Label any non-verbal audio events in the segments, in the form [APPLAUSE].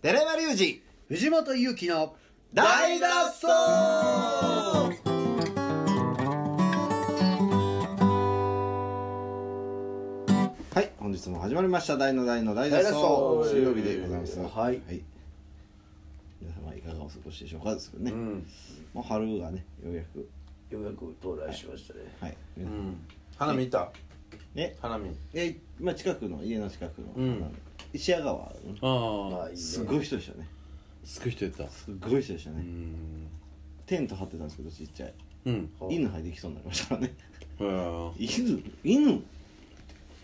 寺山隆二藤本勇樹の二大脱走はい本日も始まりました「大の大の大脱走」大脱走水曜日でございますはい皆様いかがお過ごしでしょうかですけどね、んもう春がねようやくようやく到来しましたね、はい、うん花見行ったね花見え、まあ、近くの家の近くの、うん石屋川、うんああいいねすごい人でしたねすごい人やったすごい人でしたね、うんテント張ってたんですけどちっちゃいうんほう犬入ってきそうになりましたからねへえ [LAUGHS] 犬犬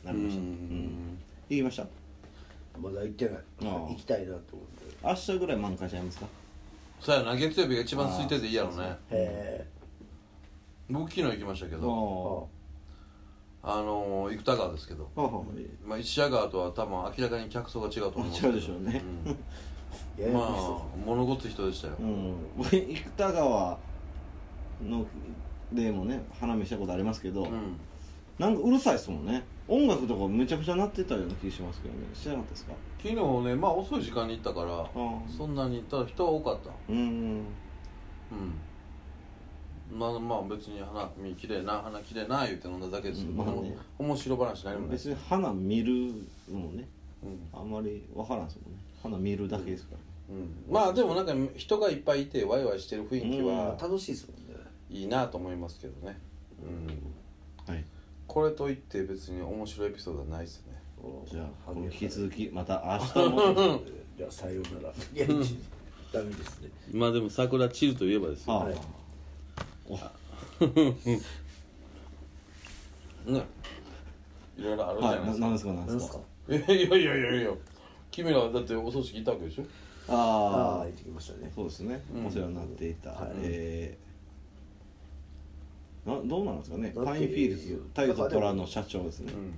なうりましたん行きましたまだ行ってないああ行きたいなと思って明日ぐらい満開ちゃいますかそうやな月曜日が一番空いてていいやろねへ僕昨日行きましたけあどあーあのー生田川ですけどああまあ石屋川とは多分明らかに客層が違うと思いますけ違どうでしょうねえうんやまやこしあそ物ごつい人でしたようん僕生田川のでもね花見したことありますけど、うんなんかうるさいですもんね音楽とかめちゃくちゃ鳴ってたような気しますけどね知らなかったですか昨日ねまあ遅い時間に行ったからあそんなにただ人は多かったうーんうんまあまあ別に花見綺麗な花綺麗な言って飲んだだけですけど、まあね面白話何もない別に花見るのもねうんあんまり分からんですもんね花見るだけですからうん、まあでもなんか人がいっぱいいてワイワイしてる雰囲気うはあ楽しいですもんねいいなと思いますけどね、うん、はいこれといって別に面白いエピソードはないですねうんじゃあ、こ励のま引きされ続き、また明日も。てじゃあさようならいやダメですねまあでも桜散るといえばですああはいねいろいろあるじゃはないい、なですなんですか、なん何ですすかか。か、い、やいやいやいや君らはだってお葬式行ったわけでしょあああ行ってきましたねあ、そうですね。うんお世話になっていたはい。えーなどうなんですかね。だってパインフィールズ、タイと虎の社長ですねう。ん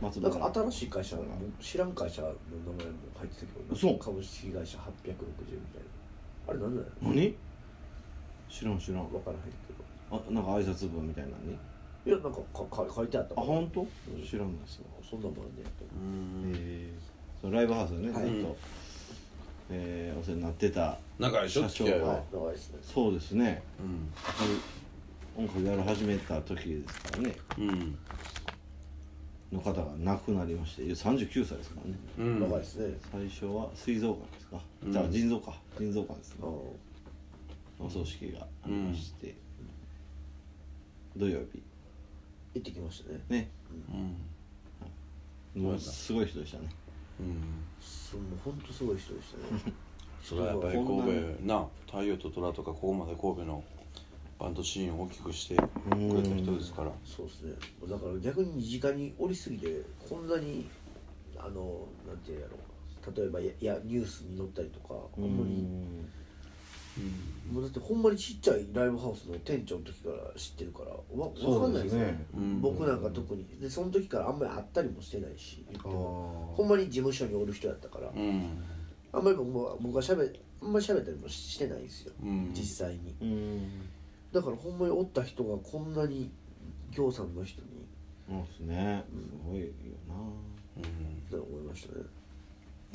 松な原。んか新しい会社知らん会社の名前も入ってたけどそう株式会社860みたいなあれ何だよ何。知らん、知らん。分からへんけどあ、なんか挨拶文みたいなのに。いやなんかかか書いてあったあ、もん本当。知らんですよ。そんなもんあんねやとうんええ。そのライブハウスでね、ずはっいと。えーお世話になってた。仲でしょ付き合いは、はい長いですね。そうですね。うん音楽やり始めた時ですからね。うんの方が亡くなりまして39歳ですからねうん長いですね。最初は膵臓がんですか、うんじゃあ腎臓か腎臓がんですねあお葬式がありまして、土曜日行ってきましたね。ねうんもうすごい人でしたねうんすもう本当すごい人でしたね。 [LAUGHS] それはやっぱり神戸な太陽と虎とかここまで神戸のバンドシーンを大きくしてくれた人ですからそうですね。だから逆に身近におりすぎてこんなにあのなんていうんやろ例えばややニュースに載ったりとかあんまりもうだってほんまにちっちゃいライブハウスの店長の時から知ってるからわわかんないですね。うん僕なんか特にでその時からあんまり会ったりもしてないし言ってもほんまに事務所におる人やったからうんあんまり僕も僕はしゃべあんまり喋ったりもしてないんですよ、うん実際にうんだからほんまにおった人がこんなに行さんの人にそうですねすごいようんって思いましたね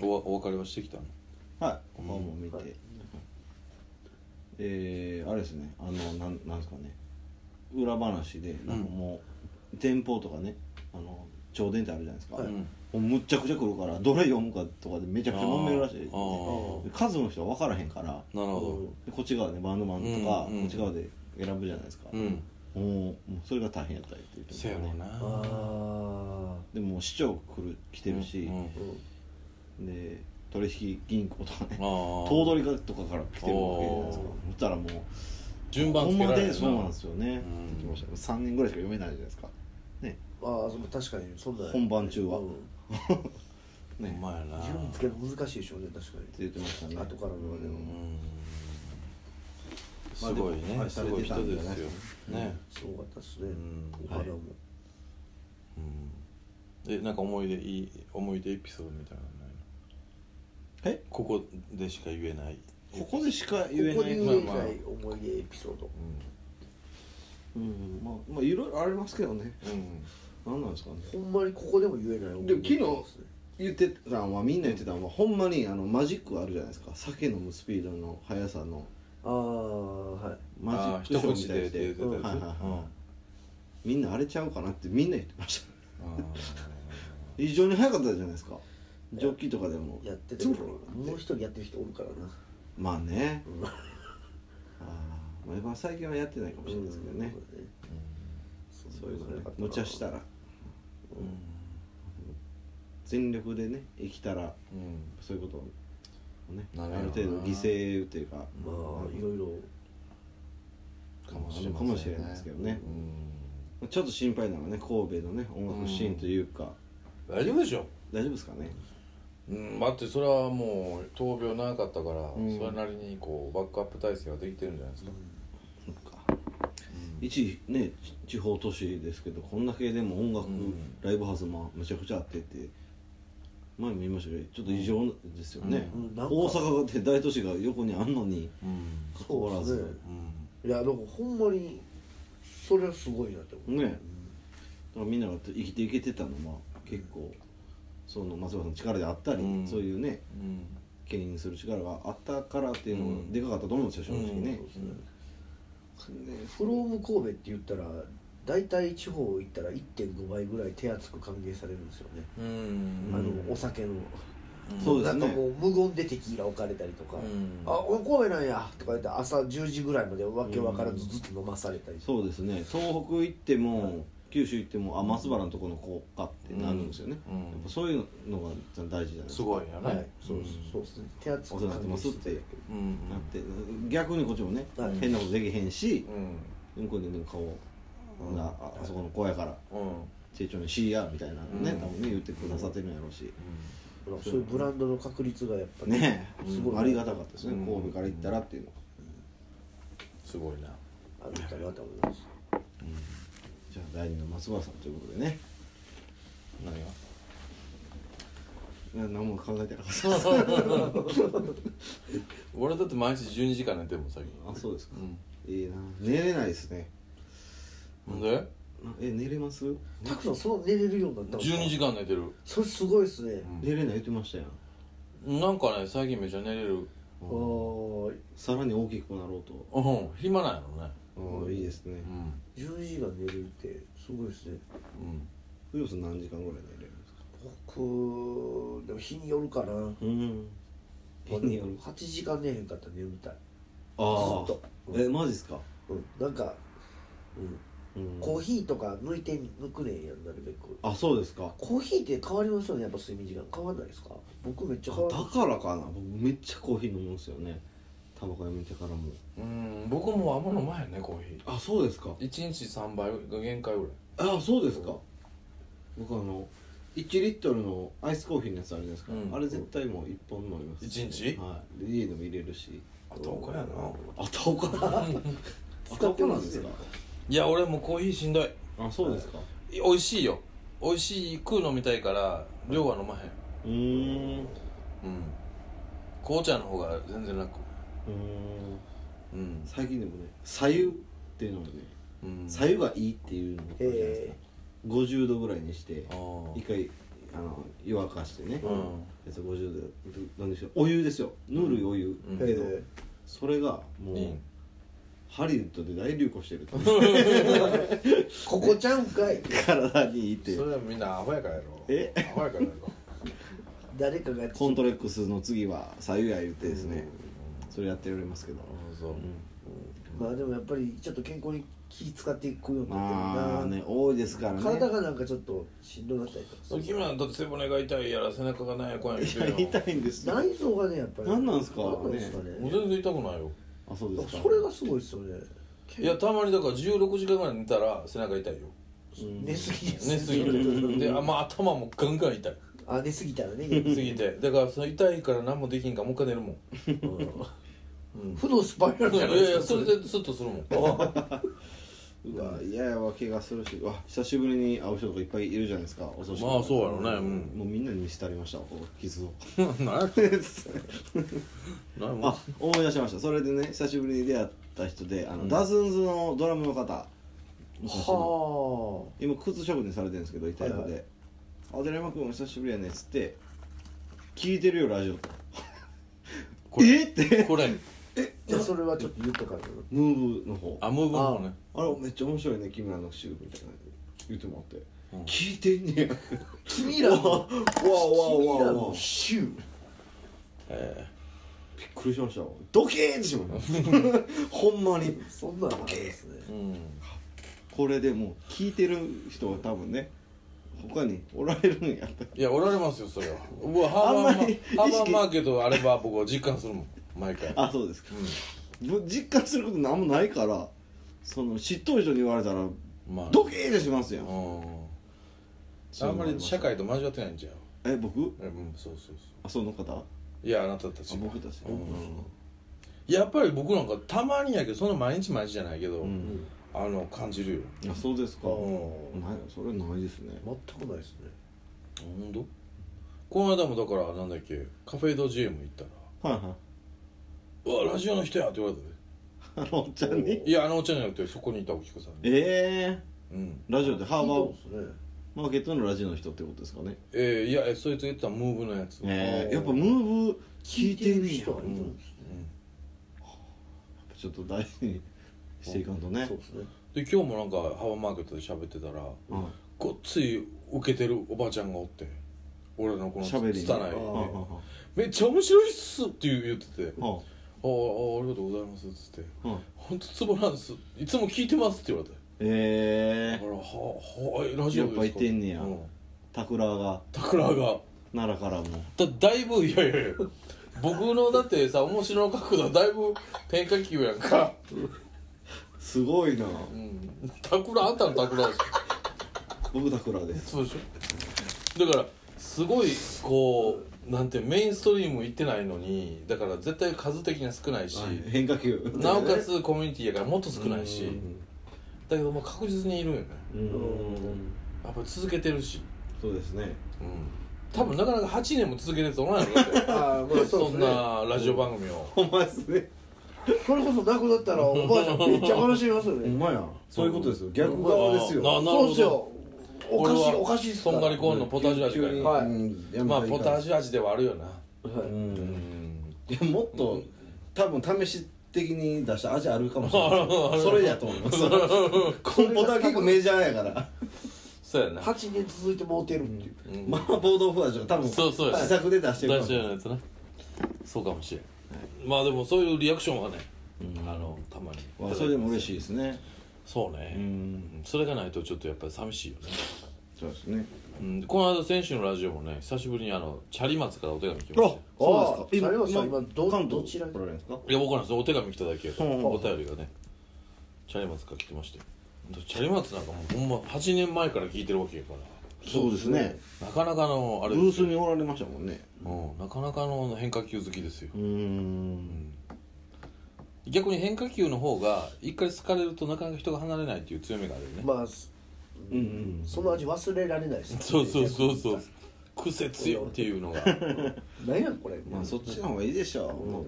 おお別れはしてきたのなはい顔も見て、はいえー、あれですねあのなんなんですかね裏話でなんかもう、電報とかねあの超電ってあるじゃないですか、はいうんもうむっちゃくちゃ来るからどれ読むかとかでめちゃくちゃ揉めるらしいですあーねで数の人は分からへんからあーなるほでこっち側でバンドマンとか、うんうんこっち側で選ぶじゃないですか、どうんもうもうそれが大変やったりって言ってましたせやろうなあでもう市長来る来てるしう、んあうんで取引銀行とかねあー頭取がとかから来てるわけじゃないですかおそーしたらもう順番ほつんけまられでるそうなんですよね、ってうん言ってました3人ぐらいしか読めないじゃないですかねああその確かにそんな本番中はうんほねんまやな自分つけるの難しいでしょうね確かって言にってましたね後からのはでもうんまあすごいでもね愛さすれごいてた人んじでゃないすよねすごかったですねんお花もうんえなんか思い出いい思い出エピソードみたいなのないのえここでしか言えないここでしか言えここなでい言まえあまあない思い出エピソードうんまあまあいろいろありますけどねうん何なんですかねほんまにここでも言えない思い出でも昨日昨言ってたんはみんな言ってたんはほんまにあのマジックあるじゃないですか酒飲むスピードの速さのああはいマあージッ一クショ口ーみたいでにっしてて言ってたはいやつ、はいはいうんあみんなあれちゃうかなってみんな言ってましたー非常に速かったじゃないですかジョッキーとかでもやっててももう一人やってる人おるからなまあねうんあーまあまあ最近はやってないかもしれないですけどね、そういうのね無茶したら全力でね生きたらうんうんそういうことをねなるあよなる程度犠牲というかまあいろいろかもしれませんかもしれないですけどねうちょっと心配なのはね神戸のね音楽シーンというか、ん大丈夫でしょ大丈夫ですかねうん、だってそれはもう闘病なかったから、んそれなりにこうバックアップ体制ができてるんじゃないですか、そっか一ねち地方都市ですけどこんだけでも音楽、うんライブハウスもめちゃくちゃあってって前も言いましたけどちょっと異常ですよね、うんうんなんか大阪って大都市が横にあんのにうんかかわらそうずでいやなんかほんまにそれはすごいなって思ねうだからみんなが生きていけてたのは結構その松原さんの力であったり、うんそういうねうん牽引する力があったからっていううのがんでかかったと思うんですよ正直ねそう、ですねねフローム神戸って言ったら大体地方行ったら1.5倍ぐらい手厚く歓迎されるんですよね、うんあうんのお酒の、そうですねなんかもう無言でテキーラ置かれたりとか「うんあお神戸なんや」とか言って朝10時ぐらいまでわけわからずずっと飲まされたり、そうですね東北行っても、九州行ってもあ松原のとこの子かってなるんですよね、うんやっぱそういうのが大事じゃないですすかごいよね、はいそうですそうですね手厚おく世話になってますってうんなって逆にこっちもね、はい変なことできへんしう、ん向こうでね顔がああそこの子やからうん成長に C やみたいなのね、うん多分ね言ってくださってるんやろうしなんかそういうブランドの確率がやっぱりねえ、すごいありがたかったですね、うん神戸から行ったらっていうのはすごいなあるんだなと思いますじゃあ第二の松原さんということでね何がな何も考えてなかった俺だって毎日12時間寝てるもん最近あそうですか、うんいいな寝れないですねなんでなえ寝れますたくさんその寝れるようになったんですか12時間寝てるそれすごいですね、寝れない言ってましたやんなんかね最近めっちゃ寝れるあーさらに大きくなろうとうん暇なんやろねああいいですねうん12時間寝れるってすごいですねうん不要さん何時間ぐらい寝れるんですか僕でも日によるかなうんによる8時間寝へんかったら眠たいああずっとえマジっすかうんなんか、うん、うんコーヒーとか抜いて抜くねんやんなるべくあそうですかコーヒーって変わりますよねやっぱ睡眠時間変わんないですか僕めっちゃ変わるだからかな僕めっちゃコーヒー飲むんですよねタバコやめてからもうん僕もあんま飲まへんねコーヒあそうですかー1日3杯が限界ぐらいあそうですか僕あの1リットルのアイスコーヒーのやつあるじゃないですか、うんあれ絶対もう1本飲みます一日はいで家でも入れるしあどこやなあたおかあたおかなんですかいや俺もうコーヒーしんどいあそうですかい美味しいよ美味しい食う飲みたいから量は飲まへんうーんううん紅茶の方が全然楽ーんうん最近でもね左右っていうのもねうん左右がいいっていうのがあるじゃないですかえ50度ぐらいにしてあー一回あの湯沸かしてね、うんやつ50度なんでしょうお湯ですよぬるいお湯、うんけど、えそれがもう、いいんハリウッドで大流行してると [LAUGHS] ここちゃうんかい体にいてそれはみんなアホやからやろえアホやからやろ誰かがやってコントレックスの次は左右や言ってですね、それやっておりますけど、うんそうまあでもやっぱりちょっと健康に気使っていくようになまっあてるね多いですからな、ね体がなんかちょっとしんどなったりとかそう木村だって背骨が痛いやら背中がないやこうやん言ってるやん痛いんですよ内臓がねやっぱりなんなんすかなんなんすかもうね全然痛くないよあそうですかそれがすごいですよねいやたまにだから16時間ぐらい寝たら背中痛いようん寝すぎで寝すぎてであ、まあ、頭もガンガン痛いあ寝すぎたらねすぎてだからその痛いから何もできんからもう一回寝る [LAUGHS] もんうん負のスパイラルいじゃやないでいすやかそれでずっとするも [LAUGHS] んうわ嫌やわ怪我するしうわ久しぶりに会う人とかいっぱいいるじゃないですかお葬式まあそうやろねうんもうみんなに見せてありましたこう傷を何 [LAUGHS] や何やあ思い出しましたそれでね久しぶりに出会った人であの、ダズンズのドラムの方昔のは今靴職人されてるんですけどイタリアで「あ寺山君お久しぶりやね」っつって聞いてるよラジオとこれえってこれじゃあそれはちょっと言っとかんとムーブの方ああムーブの方ねれめっちゃ面白いね木村のシューみたいな言ってもらって、うん聞いてんね [LAUGHS] や君らのわわわ君らわのわシューえびっくりしましたわドキーンってしまった [LAUGHS] ほんまにそんなのあるんですねーうんこれでもう聞いてる人は多分ね他におられるんやったらいやおられますよそれは僕はハーバ [LAUGHS] あんーマまりーハーバーマーケットあれば僕は実感するもん毎回あそうですか、ぶ実感することなんもないからその知っとる人に言われたらまあドキーンってしますやんうそんうなあんりまります社会と交わってないんじゃうえ僕えうんそうそうそあその方あういやあなたたちが僕たち、うんうんやっぱり僕なんかたまにやけどそんな毎日毎日じゃないけど、うんあの感じるよあそうですか、あうないそれないですね全くないですねほんとこの間もだからなんだっけカフェド GM 行ったらはいはい「うわラジオの人や」って言われたであのおっちゃんにいやあのおっちゃんじゃなくてそこにいたおきこさんにええうんラジオでハーバーそうですねマーケットのラジオの人ってことですかねえー、いやえそいつ言ってたムーブのやつええやっぱムーブ聞いてんるねや人がいるんですうんちょっと大事にしていかんとねねそうですねで今日もなんかハーバーマーケットで喋ってたらうんごっつい受けてるおばちゃんがおって俺のこの喋りつたないあああねめっちゃ面白いっすって言う言ってて「あああああありがとうございます」っつってああ「ほんとツボなんですいつも聞いてます」って言われてだえかえら「ははえラジオですか?」やっぱいてんねやうんタクラがだからが奈良からもだだいぶいやいやいや僕のだってさ面白の角度だいぶ変化球やんかすごいなうんタクラあんたのタクラでし僕タクラですょそうでしょだからすごいこうなんてメインストリーム行ってないのにだから絶対数的には少ないし、はい変化球なおかつコミュニティやからもっと少ないし、うんだけどもう確実にいるよねうんやっぱり続けてるし、そうですねうん、多分なかなか8年も続けてるやつおらんや [LAUGHS] ろだってああまあそうそですんねなラジオ番組をほんまですねそれこそ亡くなったらおばあちゃんめっちゃ悲しみますよほんねまやそういうことですよ逆側ですよななるそうほですよどお俺かしいはおかしいっすそんがりコーンのポタージュ味急がにいいはいういまあポタージュ味ではあるよなはュういんいやもっと多分試し的に出した味あるかもし [LAUGHS] れないそれやと思いますコンポタは結構メジャーやからそうやな8年続いてもうてるっていううん麻婆豆腐味は多分そうそうや自作で出してる大か事ならやつなそうかもしれん、まあでもそういうリアクションはね、あのたまにわそれでも嬉しいですねそうね、んそれがないとちょっとやっぱり寂しいよね、そうですねうん、この間選手のラジオもね久しぶりにあのチャリ松からお手紙来あましたそうですかありますよ今ど関東どちらに来られるんですかいや僕らんですお手紙来ただけやからうんお便りがねチャリ松から来てましてチャリ松なんかもうほんま8年前から聞いてるわけやからそうですねなかなかのあブれでーすスよにおられましたもんねうん、なかなかの変化球好きですようーん逆に変化球の方が一回好かれるとなかなか人が離れないっていう強みがあるよね、まあうんうんその味忘れられないですねそうそうそうそう癖強いっていうのが [LAUGHS] 何やこれまあそっちの方がいいでしょもう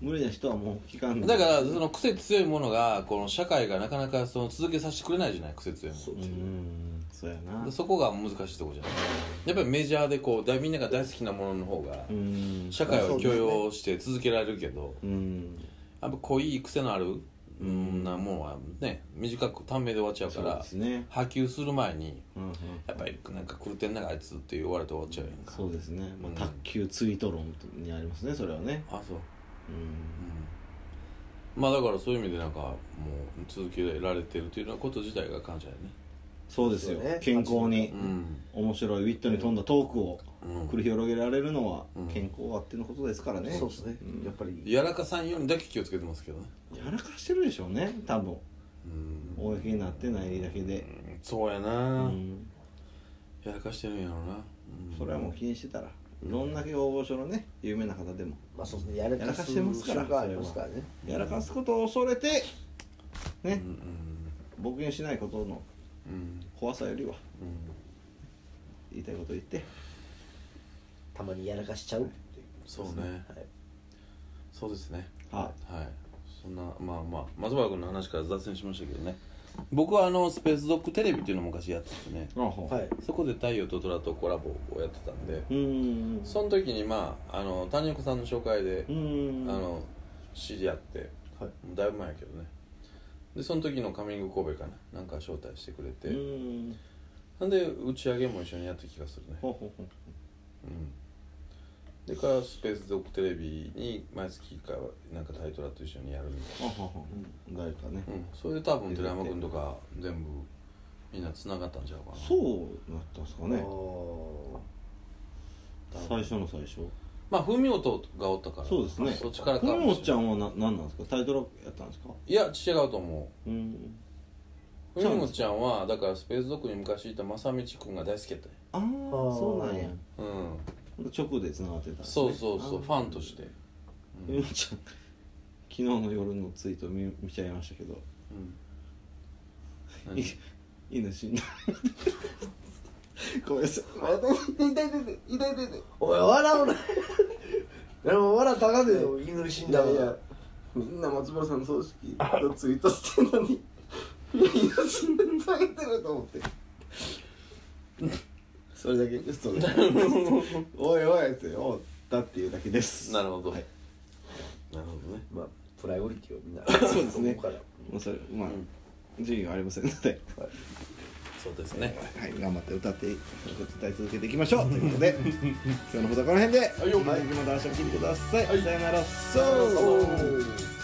無理な人はもう聞かんのだからその癖強いものがこの社会がなかなかその続けさせてくれないじゃない癖強いもそううーんそうやなのうそこが難しいとこじゃないやっぱりメジャーでこうだみんなが大好きなものの方がーん社会を許容して続けられるけど、うーんやっぱ濃い癖のあるうんなものはね短く短命で終わっちゃうかそうでらすね波及する前にうんうんやっぱりなんか狂ってんなあいつって言われて終わっちゃうやんかそうですね、まあ、卓球ツイート論にありますねそれはねあそううんうんまあだからそういう意味でなんかもう続けられてるというようなこと自体が感謝やねそうですよそうね健康にうん面白いウィットに富んだトークをうん繰り広げられるのはうん健康あってのことですからね、そうですねやっぱりやらかさんようにだけ気をつけてますけどねやらかしてるでしょうね多分うん公になってないだけで、そうやうな、ん、やらかしてるんやろな、うんそれはもう気にしてたらどんだけ大御所のね有名な方でもまあそうですねやらやらかかすしてますから習慣ありますからねやらかすことを恐れてねうんうん僕にしないことのうん怖さよりはうん言いたいこと言ってたまにやらかしちゃうっていうそうねはいそうですねははいそんなまあまあ松原君の話から雑線しましたけどね僕はあのスペースドッグテレビっていうのを昔やっててねあははいそこで太陽と虎とコラボをやってたんでうんその時にまああの谷岡さんの紹介で、うんあの知り合って、はいだいぶ前やけどねでその時のカミング神戸かななんか招待してくれて、うんなんで打ち上げも一緒にやった気がするねほうほうほううんでからスペースドッグテレビに毎月かなんかタイトラと一緒にやるみたいほうほうほう誰かねな、うん、それで多分寺山君とか全部みんな繋がったんちゃうかなそうなったんですかあねー最初の最初まあ文音がおったからそうですねそっちからかふみももしちれゃないんはな何なんですかタイトルやったんですかいや違うと思うんう文音ちゃんはだからスペースドッグに昔いた正道君が大好きやったんやああそうなんやうん直でつながってたんですそねうそうそうファンとしてうゆんうちゃん昨日の夜のツイート見見ちゃいましたけどうんい何犬死んだ [LAUGHS] ごめんなさいあ痛い痛い痛い痛い痛い痛いおい笑うな [LAUGHS] でも笑ったらあかんで犬死んいだやかいらやみんな松原さんの葬式とツイートしてんのにいやいや死んで下げてると思ってそれだけですそれだけおいおいって思ったっていうだけですなるほどはいなるほどねまあプライオリティをみんなそうですね思からもうそれまあうん授業ありませんので、そうですねはい、頑張って歌って歌い続けていきましょうということ [LAUGHS] で今日のほどはこの辺で、はい、また明日も聞いてください、さよならそう